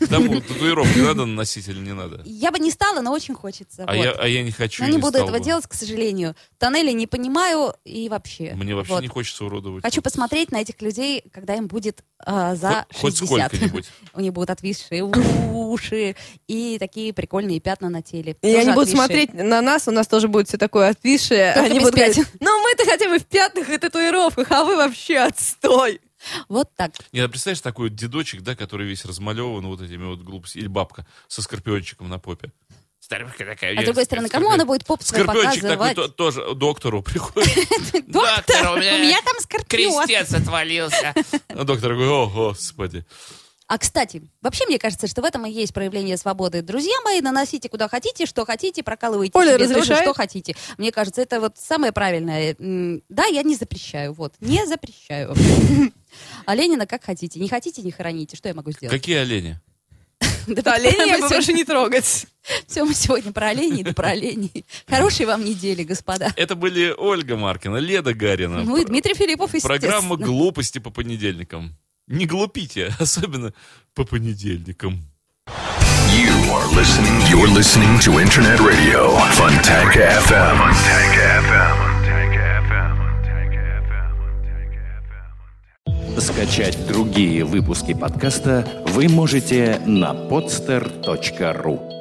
Speaker 2: тому татуировки надо наносить или не надо.
Speaker 1: я бы не стала, но очень хочется.
Speaker 2: А,
Speaker 1: Вот.
Speaker 2: я, а я не хочу.
Speaker 1: но
Speaker 2: и
Speaker 1: не буду
Speaker 2: стал
Speaker 1: этого
Speaker 2: бы.
Speaker 1: делать, к сожалению. Тоннели не понимаю и вообще.
Speaker 2: Мне вообще
Speaker 1: Вот.
Speaker 2: не хочется уродовать.
Speaker 1: Хочу посмотреть на этих людей, когда им будет а, за
Speaker 2: Хоть- хоть
Speaker 1: 60.
Speaker 2: сколько-нибудь.
Speaker 1: У них будут отвисшие уши и такие прикольные пятна на теле.
Speaker 3: И
Speaker 1: Тоже
Speaker 3: они будут
Speaker 1: отвисшие.
Speaker 3: смотреть на нас, у нас тоже будет все такое отвисшее.
Speaker 1: Только
Speaker 3: они
Speaker 1: без
Speaker 3: будут
Speaker 1: пятен.
Speaker 3: говорить, ну мы-то хотя бы в пятнах и татуировках, а вы вообще отстой.
Speaker 1: Вот так.
Speaker 2: Не, а представляешь, такой вот дедочек, да, который весь размалеван вот этими вот глупостями. Или бабка со скорпиончиком на попе. Старушка такая.
Speaker 1: А с другой стороны, кому она будет попу свою
Speaker 2: Скорпиончик такой
Speaker 1: показывать?
Speaker 2: то- тоже доктору приходит.
Speaker 1: Доктор, у
Speaker 2: у меня
Speaker 1: меня там скорпион.
Speaker 2: отвалился. А доктор говорит, о, господи.
Speaker 1: А, кстати, вообще, мне кажется, что в этом и есть проявление свободы. Друзья мои, наносите куда хотите, что хотите, прокалывайте
Speaker 3: Оля
Speaker 1: себе тоже,
Speaker 3: разрешает?
Speaker 1: что хотите. Мне кажется, это вот самое правильное. М, Да, я не запрещаю, вот. Не запрещаю. А Ленина как хотите. Не хотите, не хороните. Что я могу сделать?
Speaker 2: Какие олени?
Speaker 1: Да,
Speaker 3: Да, Ленина
Speaker 1: мы
Speaker 3: я бы
Speaker 1: сегодня-
Speaker 3: больше не трогать.
Speaker 1: Все, мы сегодня про оленей, да про оленей. Хорошей вам недели, господа.
Speaker 2: Это были Ольга Маркина, Леда Гарина.
Speaker 1: Ну и Дмитрий Филиппов, естественно.
Speaker 2: Программа глупости по понедельникам. Не глупите, особенно по понедельникам.
Speaker 4: You are listening. You're listening to Internet radio. Funtech FM. Funtech FM.
Speaker 5: Скачать другие выпуски подкаста вы можете на podster.ru.